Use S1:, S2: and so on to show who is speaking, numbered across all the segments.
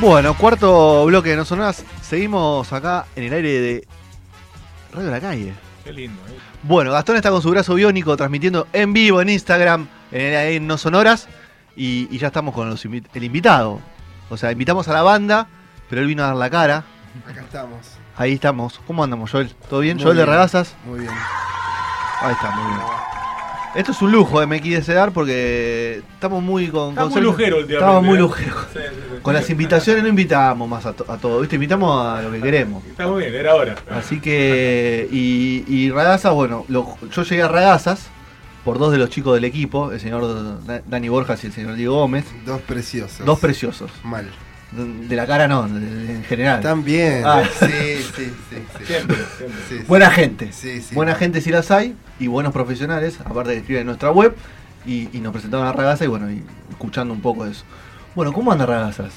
S1: Bueno, cuarto bloque de No Sonoras. Seguimos acá en el aire de Radio La Calle.
S2: Qué lindo, ¿eh?
S1: Bueno, Gastón está con su brazo biónico transmitiendo en vivo en Instagram, en, el- en No Sonoras. Y, y ya estamos con los invi- el invitado. O sea, invitamos a la banda, pero él vino a dar la cara.
S3: Acá estamos.
S1: Ahí estamos. ¿Cómo andamos, Joel? ¿Todo bien?
S3: Muy
S1: Joel de
S3: bien.
S1: Ragazas.
S3: Muy bien.
S1: Ahí está, muy bien. Esto es un lujo de MXDC dar porque estamos muy con.
S2: Está
S1: con
S2: muy
S1: Sergio-
S2: lujero últimamente.
S1: Estamos muy
S2: ¿eh?
S1: lujeros.
S2: Sí, sí, sí.
S1: Con las invitaciones no invitamos más a, to- a todo, ¿viste? Invitamos a lo que queremos.
S2: Está muy bien, era hora.
S1: Así que. Y, y Radazas, bueno, lo- yo llegué a Radazas por dos de los chicos del equipo, el señor Da- Dani Borjas y el señor Diego Gómez.
S3: Dos preciosos.
S1: Dos preciosos.
S3: Mal.
S1: De la cara no, de- de- en general.
S3: También.
S1: Ah.
S3: Sí, sí, sí, sí.
S2: Siempre, siempre.
S3: Sí, sí.
S1: Buena gente.
S3: Sí, sí.
S1: Buena gente si las hay y buenos profesionales, aparte que escriben en nuestra web. Y, y nos presentaron a Ragaza y bueno, y escuchando un poco de eso. Bueno, ¿cómo anda Ragazas?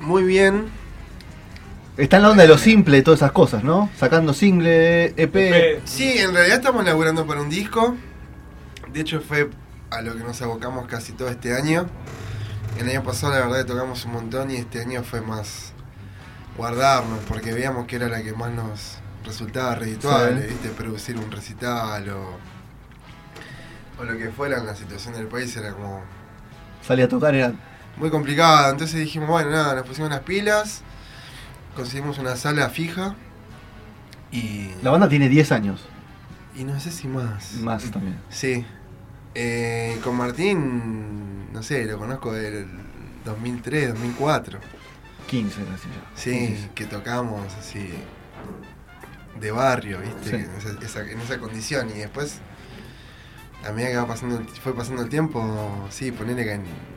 S3: Muy bien.
S1: Está en la onda de lo simple, todas esas cosas, ¿no? Sacando single, E EP.
S2: Pepe,
S3: Sí, en realidad estamos laburando para un disco. De hecho, fue a lo que nos abocamos casi todo este año. El año pasado, la verdad, que tocamos un montón y este año fue más guardarnos porque veíamos que era la que más nos resultaba redituable,
S1: Sí.
S3: ¿viste? Producir un recital o, o lo que fuera en la situación del país era como
S1: Salí a tocar, era
S3: muy complicado. Entonces dijimos, bueno, nada, nos pusimos las pilas, conseguimos una sala fija y.
S1: La banda tiene 10 años,
S3: Y no sé si más.
S1: más también.
S3: Sí. Eh, con Martín, no sé, lo conozco del 2003, 2004.
S1: 15, casi ya.
S3: Sí, que tocamos así de barrio, ¿viste?
S1: Sí.
S3: En, esa, esa- en esa condición. Y después, a medida que va pasando, el- fue pasando el tiempo, sí, ponerle que en-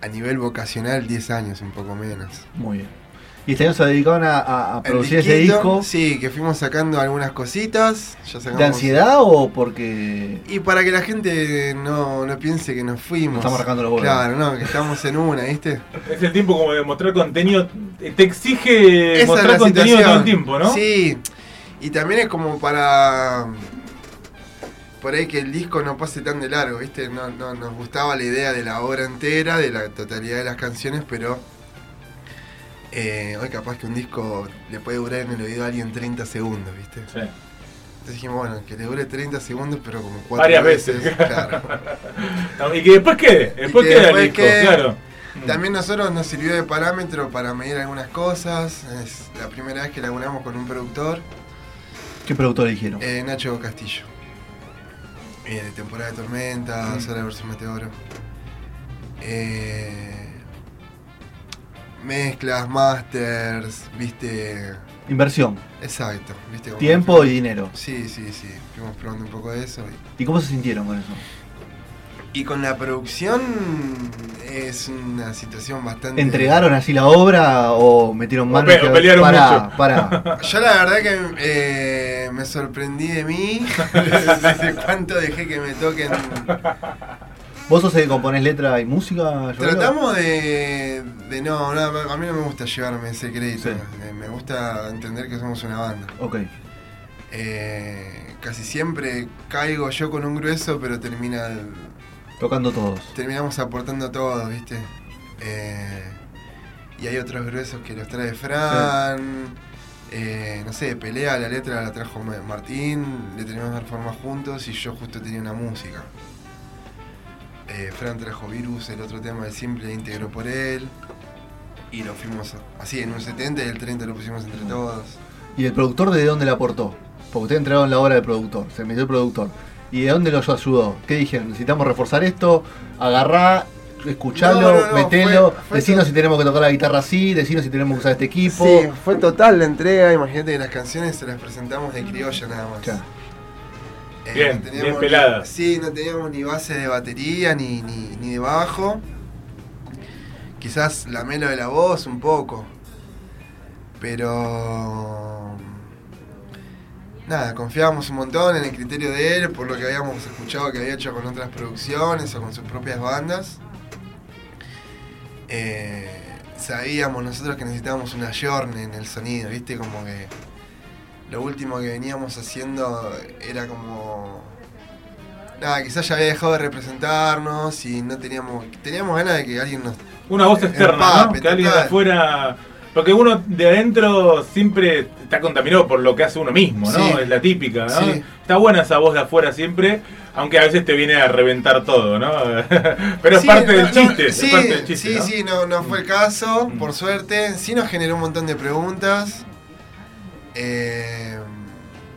S3: a nivel vocacional 10 años, un poco menos.
S1: Muy bien. Y este año se dedicaron a, a- a
S3: El
S1: producir ese
S3: disquito,
S1: disco.
S3: Sí, que fuimos sacando algunas cositas. Ya sacamos,
S1: ¿De ansiedad o porque.?
S3: Y para que la gente no, no piense que nos fuimos.
S1: Nos estamos arrancando los huevos.
S3: Claro, no, que estamos en una, ¿viste?
S2: es el tiempo como de mostrar contenido. Te exige
S3: Esa es
S2: mostrar
S3: la
S2: contenido
S3: situación.
S2: todo el tiempo, ¿no?
S3: Sí. Y también es como para. mm, Por ahí que el disco no pase tan de largo, ¿viste? No, no, nos gustaba la idea de la obra entera, de la totalidad de las canciones, pero. eh, hoy capaz que un disco le puede durar en el oído a alguien 30 segundos, ¿viste?
S2: Sí.
S3: Entonces dijimos, bueno, que le dure 30 segundos, pero como cuatro
S2: Varias veces.
S3: claro.
S2: Y que después quede, después
S3: que
S2: queda el
S3: después
S2: disco,
S3: quede.
S2: claro.
S3: También nosotros nos sirvió de parámetro para medir algunas cosas. Es la primera vez que laburamos con un productor,
S1: ¿Qué productor dijeron?
S3: eh, Nacho Castillo. Eh, de temporada de tormenta,
S2: Mm.
S3: Sora vs Meteoro. Eh, mezclas, masters, viste.
S1: Inversión,
S3: Exacto, viste. cómo-
S1: tiempo y dinero.
S3: Sí, sí, sí. Fuimos probando un poco de eso. y-
S1: ¿Y cómo se sintieron con eso?
S3: Y con la producción es una situación bastante.
S1: ¿Entregaron así la obra o metieron
S2: O
S1: mano?
S2: pe- o pelearon
S1: para,
S2: mucho".
S1: para.
S3: Yo la verdad que eh, me sorprendí de mí. Desde cuánto dejé que me toquen.
S1: ¿Vos sos el que componés letra y música? Joel?
S3: Tratamos de, de no, no, a mí no me gusta llevarme ese
S1: Sí.
S3: crédito. Eh, Me gusta entender que somos una banda.
S1: Ok.
S3: Eh, casi siempre caigo yo con un grueso, pero termina
S1: Tocando todos.
S3: terminamos aportando todos, ¿viste? Eh, y hay otros gruesos que los trae Fran. eh, no sé, pelea, la letra la trajo Ma- Martín, le tenemos que dar forma juntos y yo justo tenía una música. Eh, Fran trajo Virus, el otro tema del simple, integró por él. Y lo fuimos así en un 70 y el 30 lo pusimos entre todos.
S1: ¿Y el productor de dónde la aportó? Porque ustedes entraron en la obra del productor, se metió el productor. ¿Y de dónde los ayudó? ¿Qué dijeron? Necesitamos reforzar esto, agarrá, escuchalo,
S3: No, no, no,
S1: metelo,
S3: fue- fue
S1: decinos
S3: todo-
S1: si tenemos que tocar la guitarra así, decinos si tenemos que usar este equipo.
S3: Sí, fue total la entrega. Imagínate que las canciones se las presentamos de criolla nada más.
S1: Ya.
S3: Eh,
S2: Bien,
S3: no teníamos
S2: bien
S3: ni-
S2: pelada.
S3: sí, no teníamos ni base de batería, ni, ni, ni de bajo. Quizás la melo de la voz un poco. Pero... Nada, confiábamos un montón en el criterio de él, por lo que habíamos escuchado que había hecho con otras producciones o con sus propias bandas. Eh, sabíamos nosotros que necesitábamos una yorn en el sonido, ¿viste? Como que lo último que veníamos haciendo era como Nada, quizás ya había dejado de representarnos y no teníamos. Teníamos ganas de que alguien nos.
S2: Una voz externa, ¿no?
S3: Empape,
S2: Que alguien de
S3: total.
S2: afuera. Porque uno de adentro siempre está contaminado por lo que hace uno mismo, ¿no?
S3: Sí.
S2: Es la típica, ¿no?
S3: Sí.
S2: Está buena esa voz de afuera siempre, aunque a veces te viene a reventar todo, ¿no? Pero es
S3: Sí,
S2: parte
S3: no,
S2: del
S3: no,
S2: chiste, es
S3: sí,
S2: parte del chiste.
S3: Sí,
S2: ¿no?
S3: sí, no, no fue el caso,
S2: Mm.
S3: por suerte. Sí nos generó un montón de preguntas. Eh,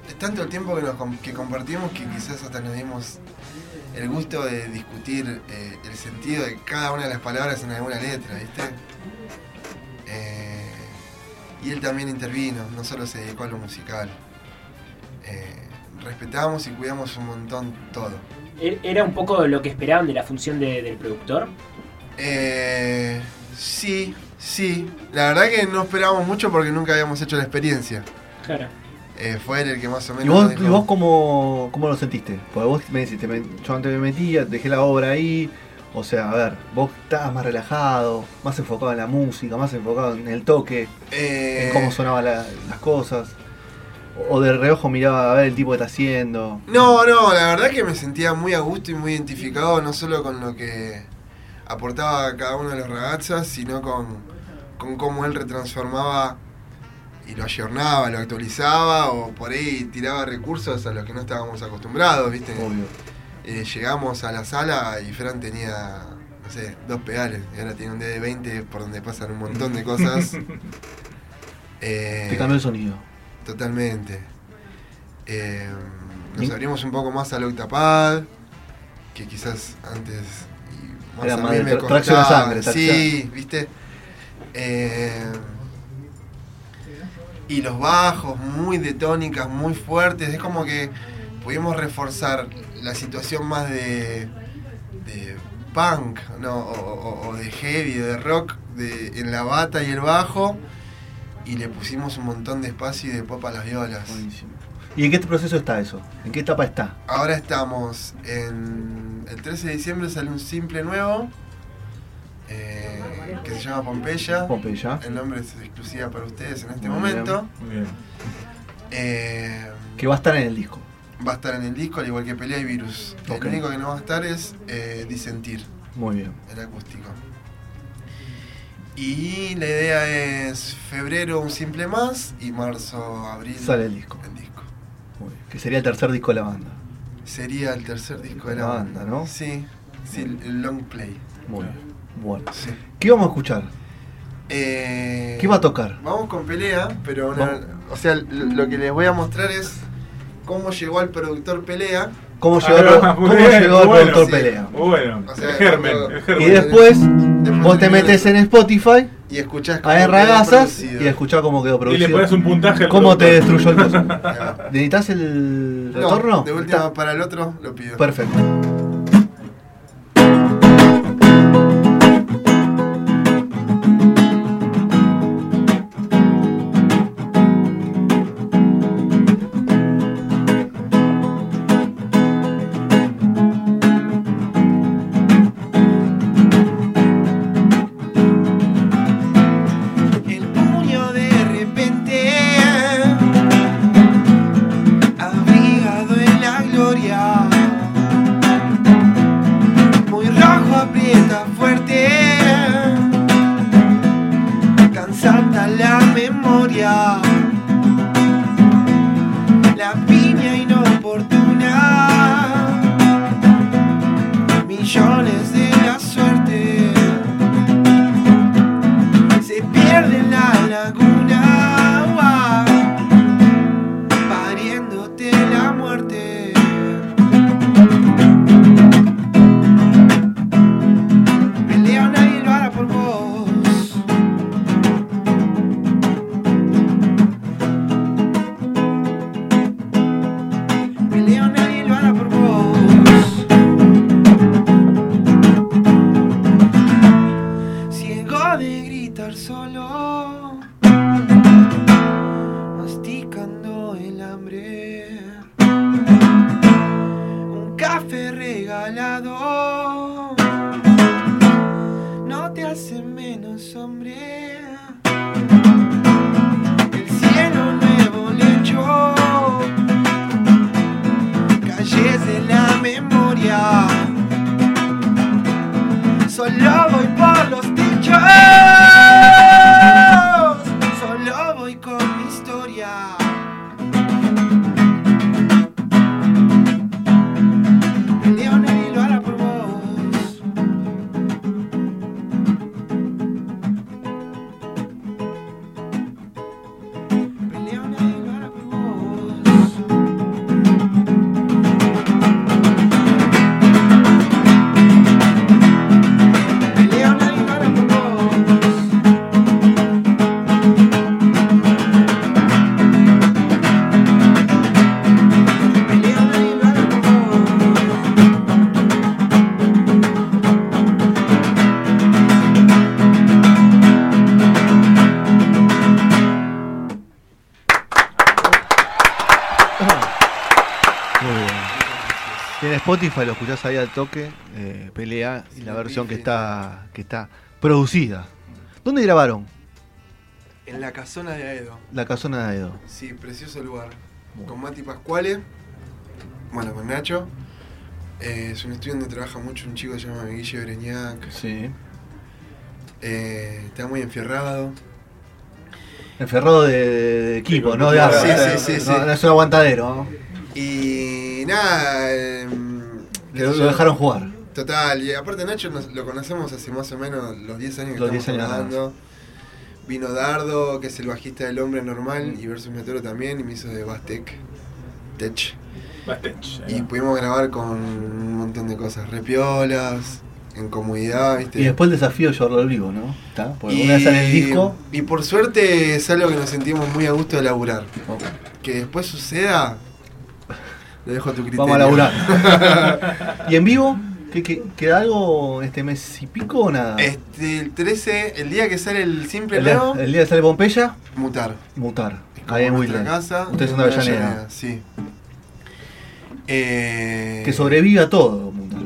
S3: es tanto el tiempo que, nos, com- que compartimos que quizás hasta nos dimos el gusto de discutir eh, el sentido de cada una de las palabras en alguna letra, ¿viste? Eh, y él también intervino, no solo se dedicó a lo musical. Eh, respetamos y cuidamos un montón todo.
S4: Er- Era un poco lo que esperaban de la función de- del productor.
S3: Eh, sí, sí. La verdad que no esperábamos mucho porque nunca habíamos hecho la experiencia.
S4: Claro.
S3: Eh, fue él el que más o menos.
S1: ¿Y vos,
S3: nos
S1: y
S3: dijo-
S1: vos cómo, cómo lo sentiste? Porque vos me decís, te me- yo antes me metía, dejé la obra ahí. O sea, a ver, vos estabas más relajado, más enfocado en la música, más enfocado en el toque,
S3: Eh,
S1: en cómo sonaban la- las cosas. O- O de reojo miraba a ver el tipo que está haciendo.
S3: No, no, la verdad que me sentía muy a gusto y muy identificado, no solo con lo que aportaba cada uno de los ragazas, sino con, con cómo él retransformaba y lo ayornaba, lo actualizaba o por ahí tiraba recursos a los que no estábamos acostumbrados, ¿viste?
S1: Obvio.
S3: Eh, llegamos a la sala y Fran tenía, no sé, dos pedales. Y ahora tiene un D de 20 por donde pasan un montón de cosas. Eh,
S1: Te cambió el sonido.
S3: Totalmente. Eh, nos
S1: Ni-
S3: abrimos un poco más al Octapad, que quizás antes y más
S1: Era
S3: a
S1: más
S3: mí
S1: de
S3: me
S1: tra- tracción a
S3: costaba.
S1: sangre,
S3: Sí, viste. Eh, y los bajos muy de tónicas, muy fuertes. Es como que pudimos reforzar la situación más de, de punk, ¿no? o, o- o de heavy, de rock, de, en la bata y el bajo. Y le pusimos un montón de espacio y de pop a las violas.
S1: Buenísimo. ¿Y en qué este proceso está eso? ¿En qué etapa está?
S3: Ahora estamos en. El 13 de diciembre sale un simple nuevo eh, que se llama Pompeya.
S1: Pompeya.
S3: El nombre es exclusiva para ustedes en este
S1: Muy
S3: momento.
S2: Muy bien.
S3: Eh,
S1: Que va a estar en el disco.
S3: va a estar en el disco, al igual que Pelea y Virus.
S1: Ok.
S3: El único que no va a estar es eh, Disentir,
S1: Muy bien.
S3: el acústico. Y la idea es febrero un simple más y marzo, abril
S1: Sale el disco.
S3: el disco.
S1: Muy bien. Que sería el tercer disco de la banda.
S3: Sería el tercer disco de la
S1: La
S3: banda,
S1: banda, ¿no?
S3: Sí, sí, el el long play.
S1: Muy bien. Bueno.
S3: Sí.
S1: ¿Qué vamos a escuchar?
S3: Eh,
S1: ¿Qué
S2: Eh,
S1: va a tocar?
S3: Vamos con pelea, pero una-
S1: Vamos.
S3: o sea, lo, lo que les voy a mostrar es cómo llegó al productor pelea.
S1: ¿Cómo llegó,
S2: Ah,
S1: el,
S2: muy
S1: cómo
S2: bien,
S1: llegó el
S2: bueno,
S1: productor
S3: sí.
S1: Pelea?
S2: Muy bueno.
S3: O sea,
S2: el germen,
S3: cuando-
S2: el
S1: Y
S2: germen.
S1: después
S3: Después
S1: vos te
S3: termina-
S1: metes en Spotify,
S3: y escuchás cómo
S1: a ver
S3: quedó
S1: ragazas
S3: producido.
S1: y escuchás cómo quedó
S2: Y le
S1: producido.
S2: pones un puntaje al
S1: ¿Cómo te
S2: productor.
S1: destruyó el coso?
S3: Ahí va.
S1: ¿Necesitas el
S3: No,
S1: retorno?
S3: de última
S1: Está-
S3: para el otro lo pido.
S1: Perfecto.
S3: El puño de repente abrigado en la gloria, muy rojo aprieta fuerte, cansada la memoria, la piña inoportuna, millones de la suerte se pierde en la laguna, agua, pariéndote la muerte. Pelea nadie lo hará por vos. Pelea nadie lo hará por vos. ciego de gritar solo, masticando el hambre. Un café regalado no te hace menos hombre. El cielo nuevo lecho, calles de la memoria.
S5: historia. Solo voy por los dichos. Solo voy con mi historia. Leonel lo hará por vos. Leonel lo hará por vos. Peleo nadie lo hará por vos. Peleo nadie lo hará por vos.
S1: Muy bien. Si En Spotify lo escuchás ahí al toque, eh, pelea, y la versión que está, que está producida. ¿Dónde grabaron
S3: En la casona de Aedo.
S1: la casona de Edo?
S3: Sí, precioso lugar.
S1: Bueno.
S3: Con Mati Pascuale, bueno, con Nacho. Eh, es un estudio donde trabaja mucho un chico que se llama Guille Breñac.
S1: Sí.
S3: Eh, está muy enfierrado.
S1: Enferrado de, de equipo,
S2: Sí,
S1: ¿no? De
S2: claro,
S1: arma.
S3: sí, sí, sí,
S1: No,
S3: sí.
S1: no es un aguantadero, ¿no?
S3: Y nada, eh, qué
S1: Lo,
S3: sé
S1: lo
S3: yo.
S1: dejaron jugar.
S3: Total, y aparte Nacho nos- lo conocemos hace más o menos los 10 años que
S1: Los 10
S3: estamos
S1: años.
S3: hablando. Vino Dardo, que es el bajista del hombre normal, y Versus Meteoro también, y me hizo de Bastec. Tech.
S2: Bastante.
S3: Y pudimos grabar con un montón de cosas, repiolas, en comunidad, ¿viste?
S1: Y después el desafío llevarlo al vivo, ¿no? ¿Está? Porque
S3: Y-
S1: pues, una vez sale el disco.
S3: Y por suerte es algo que nos sentimos muy a gusto de laburar.
S1: ok,
S3: Que después suceda, lo dejo a tu criterio.
S1: Vamos a laburar. ¿Y en vivo? ¿Qué, qué, ¿Queda algo este mes y pico o nada?
S3: Este, el 13, el día que sale el simple
S1: el,
S3: nuevo,
S1: día, el día de sale Pompeya,
S3: mutar.
S1: mutar.
S3: Es como
S1: Ahí en
S3: nuestra
S1: Whitland.
S3: casa.
S1: Ustedes son de
S3: una
S1: Avellaneda.
S3: Sí. Eh,
S1: Que sobrevive a todo, mutar.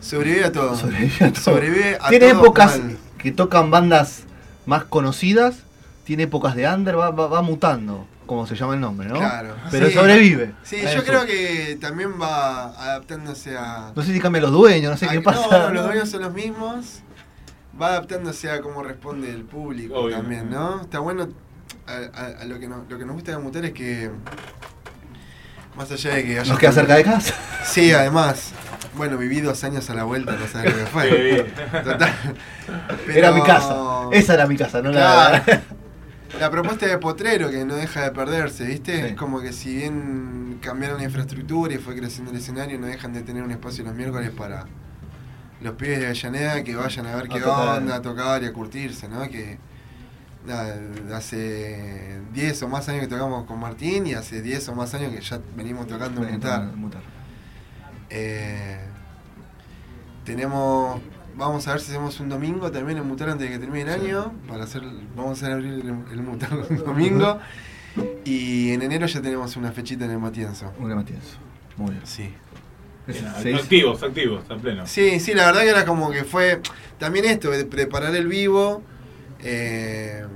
S3: sobrevive a todo.
S1: Sobrevive a todo.
S3: Sobrevive a
S1: tiene
S3: todo
S1: épocas
S3: mal.
S1: que tocan bandas más conocidas, tiene épocas de under, va, va- va mutando, como se llama el nombre, ¿no?
S3: Claro.
S1: Pero
S3: Sí.
S1: sobrevive.
S3: Sí,
S1: a
S3: yo
S1: eso.
S3: creo que también va adaptándose a.
S1: No sé si cambian los dueños, no sé
S3: a-
S1: qué
S3: no,
S1: pasa.
S3: no, los dueños son los mismos. Va adaptándose a cómo responde el público
S2: Obvio.
S3: también, ¿no? Está bueno. A, a- a lo, que nos, lo que nos gusta de Mutar es que. Más allá de que haya.
S1: Nos queda cerca de casa.
S3: Sí, además. Bueno, viví dos años a la vuelta, no sabes lo que fue.
S2: Qué bien.
S3: Total.
S1: Era
S3: Pero-
S1: mi casa. Esa era mi casa, no
S3: Claro.
S1: la.
S3: La propuesta de Potrero que no deja de perderse, ¿viste?
S1: Sí.
S3: Es como que si bien cambiaron la infraestructura y fue creciendo el escenario, no dejan de tener un espacio los miércoles para los pibes de Avellaneda que vayan a ver
S1: A
S3: qué
S1: tocar.
S3: onda, a tocar y a curtirse, ¿no? Que nada, hace 10 o más años que tocamos con Martín y hace 10 o más años que ya venimos tocando en guitarra.
S1: Mutar.
S3: Eh, tenemos. Vamos a ver si hacemos un domingo también en Mutar antes de que termine el año. Para hacer, vamos a hacer abrir el, el Mutar un domingo. Y en enero ya tenemos una fechita en el Matienzo.
S1: Una Matías. Muy bien.
S3: Sí.
S1: Ese-
S2: Bien,
S1: se hizo-
S2: Activos, activos, a pleno.
S3: Sí, sí, la verdad que era como que fue. También esto, de preparar el vivo. eh,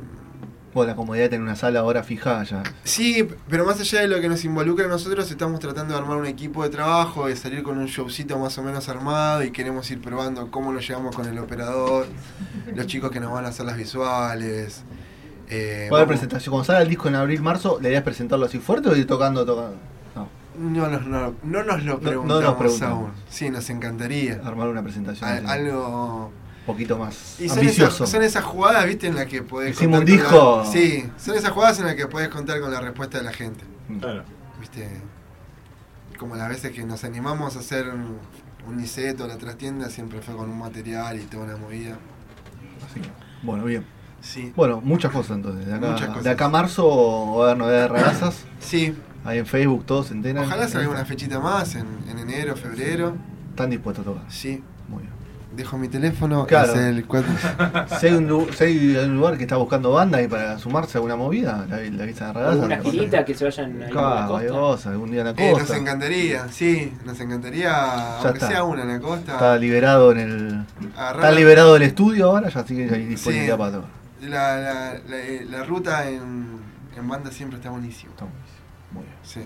S1: Bueno, la comodidad de tener una sala ahora fija ya.
S3: Sí, pero más allá de lo que nos involucra a nosotros, estamos tratando de armar un equipo de trabajo, de salir con un showcito más o menos armado y queremos ir probando cómo lo llevamos con el operador, los chicos que nos van a hacer las visuales. eh,
S1: Va a haber
S3: vamos-
S1: presentación. Cuando salga el disco en abril, marzo, ¿le harías presentarlo así fuerte o ir tocando, tocando? No,
S3: no, nos- no- no nos lo
S1: no nos
S3: preguntamos
S1: preguntan. Ah,
S3: aún. Sí, nos encantaría.
S1: armar una presentación.
S3: Al-
S1: así,
S3: algo.
S1: Un poquito más
S3: Y son esas,
S1: ambicioso.
S3: son esas jugadas, viste, en las que podés.
S1: Hicimos
S3: contar
S1: un
S3: con la-
S1: disco.
S3: Sí, son esas jugadas en las que podés contar con la respuesta de la gente.
S2: Claro.
S3: viste, como las veces que nos animamos a hacer un, un niceto a la trastienda, siempre fue con un material y toda una movida.
S1: Así que, Bueno, bien.
S3: Sí.
S1: Bueno, muchas cosas entonces. De acá,
S3: Muchas cosas.
S1: De acá a marzo va a haber novedades rarazas.
S3: Sí,
S1: Ahí en Facebook todos se enteran.
S3: ojalá salga una
S1: fecha.
S3: fechita más en, en enero, febrero.
S1: Están dispuestos a tocar.
S3: Sí,
S1: Muy bien.
S3: dejo mi teléfono,
S1: Claro.
S3: es el cuatro-
S1: Si hay un, lu- si hay un lugar que está buscando banda y para sumarse a una movida, la, la vista de
S4: O
S1: Radazas.
S4: Una girita que se vayan ahí por la
S1: Ah, Claro, hay
S4: costa.
S1: cosas, algún día en la
S3: Eh, nos
S1: costa.
S3: encantaría, sí, nos encantaría, aunque
S1: está.
S3: sea una en la costa.
S1: está liberado en el.
S3: agarrar
S1: Está
S3: la-
S1: liberado del estudio ahora, ya sigue ahí disponibilidad
S3: Sí.
S1: para tocar.
S3: La, la- la- eh, la ruta en, en banda siempre está buenísima.
S1: Está buenísimo. Muy bien.
S3: Sí.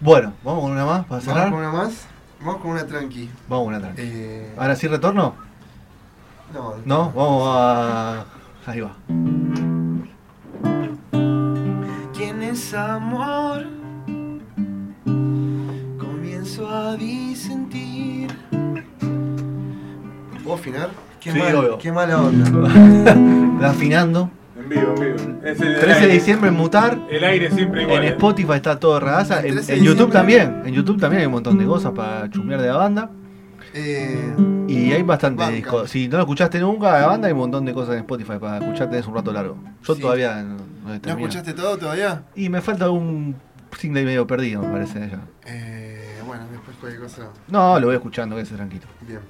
S1: Bueno, vamos con una más para
S3: ¿Vamos con
S1: cerrar.
S3: una más?
S6: Vamos con una tranqui.
S1: Vamos una tranqui.
S6: Eh,
S1: ¿Ahora sí retorno?
S6: no,
S1: Ah, ¿No? Vamos a. Ahí va.
S3: ¿Quién es amor? Comienzo a disentir.
S6: ¿Puedo afinar?
S3: Qué,
S1: Sí,
S3: mal-
S1: obvio.
S3: qué mala onda.
S1: La afinando.
S2: En vivo, en vivo. Es el,
S1: 13 de
S2: aire,
S1: diciembre en Mutar.
S2: el aire siempre igual.
S1: En
S2: eh.
S1: Spotify está todo regaza. En,
S6: 13 de
S1: en YouTube
S6: diciembre.
S1: también. En YouTube también hay un montón de cosas para chumear de la banda.
S6: Eh,
S1: Y hay bastante
S6: Banca.
S1: discos. Si no lo escuchaste nunca de la banda, hay un montón de cosas en Spotify para escucharte. Es un rato largo. Yo
S6: Sí.
S1: todavía no, no he
S6: ¿No
S1: terminado.
S6: escuchaste todo todavía?
S1: Y me falta un single medio perdido, me parece. ya.
S6: Eh, bueno, después cualquier cosa.
S1: No, lo voy escuchando, que tranquilo.
S6: Bien.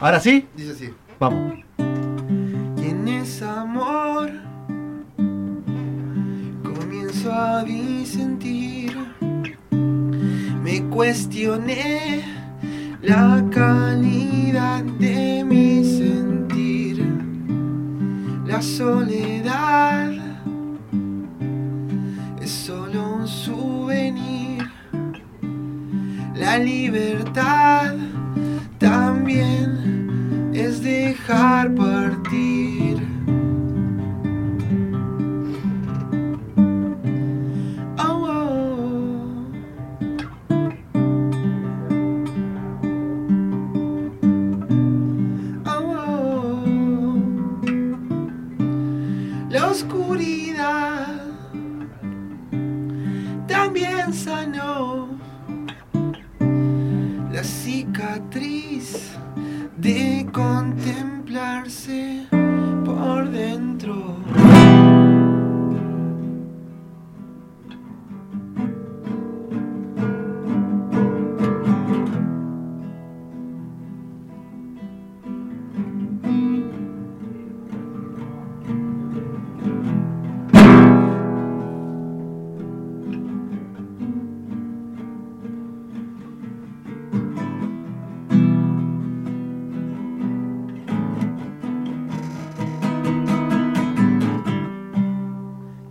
S1: Ahora sí,
S6: Dice así.
S1: vamos.
S3: ¿Quién es amor? Comienzo a disentir. Me cuestioné la calidad de mi sentir. La soledad es solo un souvenir. La libertad también es dejar partir. Au, au. Au, au. La oscuridad también sanó la cicatriz de contemplarse por dentro.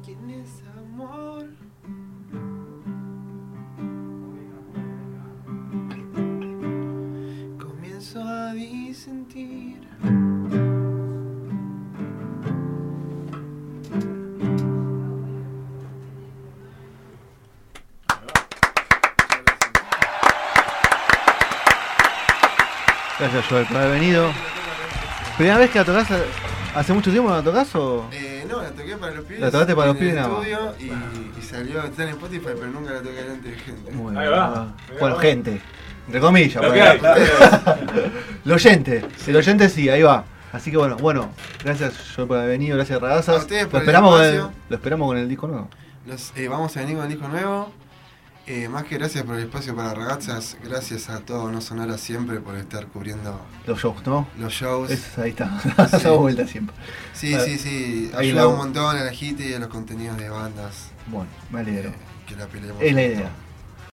S3: ¿Quién es amor? Comienzo a disentir.
S1: Gracias, Joel, por haber venido. ¿Primera vez que la tocas? ¿Hace mucho tiempo no la tocas o.?
S6: Eh, no, la toqué para los pibes.
S1: La tocaste
S6: en
S1: para los pibes
S6: el
S1: nada más.
S6: estudio y, y salió, está en Spotify, pero nunca la toqué delante de gente.
S1: Bueno,
S2: Ahí va.
S1: ah,
S2: Ahí
S1: Bueno,
S2: va.
S1: gente. Entre comillas.
S2: Lo
S1: porque-
S2: que hay, lo que hay.
S1: El oyente. El oyente sí, ahí va. Así que bueno, bueno, gracias Joel por haber venido, gracias
S6: A
S1: Radazas.
S6: ustedes por
S1: Lo
S6: el
S1: esperamos, con el,
S6: espacio.
S1: lo esperamos con el disco nuevo.
S6: Los, eh, vamos a venir con el disco nuevo. Eh, más que gracias por el espacio para ragazas, gracias a todo No Sonora siempre por estar cubriendo
S1: Los shows, ¿no?
S6: los shows.
S1: Es- ahí está. Esa vuelta siempre.
S6: Sí,
S1: Bueno,
S6: sí, sí,
S1: ahí
S6: ayuda
S1: la-
S6: un montón a la gente y a los contenidos de bandas
S1: Bueno, me alegro.
S6: eh, que la peleamos.
S1: Es la idea.